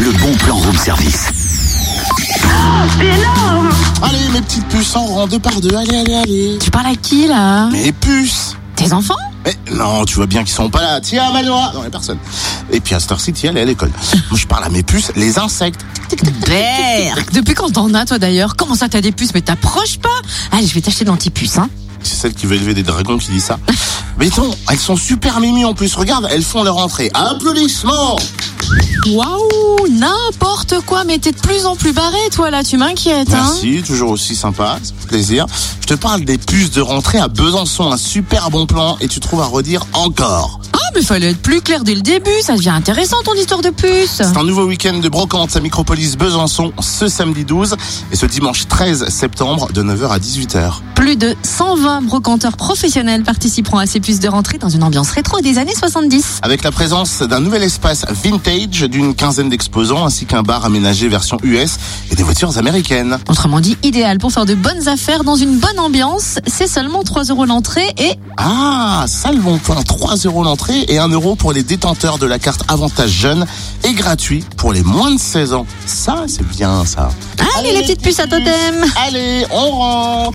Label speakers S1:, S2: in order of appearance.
S1: le bon plan room service.
S2: Allez, mes petites puces, en rang deux par deux. Allez, allez, allez.
S3: Tu parles à qui là
S2: Mes puces.
S3: Tes enfants
S2: Mais non, tu vois bien qu'ils sont pas là. Tiens, Manoa. Non, y a personne. Et puis à Star City, elle est à l'école. Moi, je parle à mes puces, les insectes.
S3: Berk Depuis quand t'en as toi d'ailleurs Comment ça t'as des puces Mais t'approches pas Allez, je vais t'acheter d'antipuces, hein
S2: C'est celle qui veut élever des dragons qui dit ça. Mais non, elles sont super mimi en plus. Regarde, elles font leur entrée. Applaudissements
S3: Waouh N'importe quoi Mais t'es de plus en plus barré toi là, tu m'inquiètes, hein
S2: Merci, toujours aussi sympa, ça fait plaisir. Je te parle des puces de rentrée à Besançon, un super bon plan, et tu trouves à redire encore.
S3: Ah, mais fallait être plus clair dès le début, ça devient intéressant ton histoire de puces
S2: C'est un nouveau week-end de brocante à Micropolis Besançon, ce samedi 12 et ce dimanche 13 septembre de 9h à 18h.
S3: Plus de 120 brocanteurs professionnels participeront à ces puces de rentrée dans une ambiance rétro des années 70.
S2: Avec la présence d'un nouvel espace vintage, d'une quinzaine d'exposants, ainsi qu'un bar aménagé version US et des voitures américaines.
S3: Autrement dit, idéal pour faire de bonnes affaires dans une bonne ambiance. C'est seulement 3 euros l'entrée et
S2: Ah, ça le bon point, 3 euros l'entrée et 1 euro pour les détenteurs de la carte Avantage Jeune et gratuit pour les moins de 16 ans. Ça, c'est bien ça.
S3: Allez, les petites puces à totem
S2: Allez, on rentre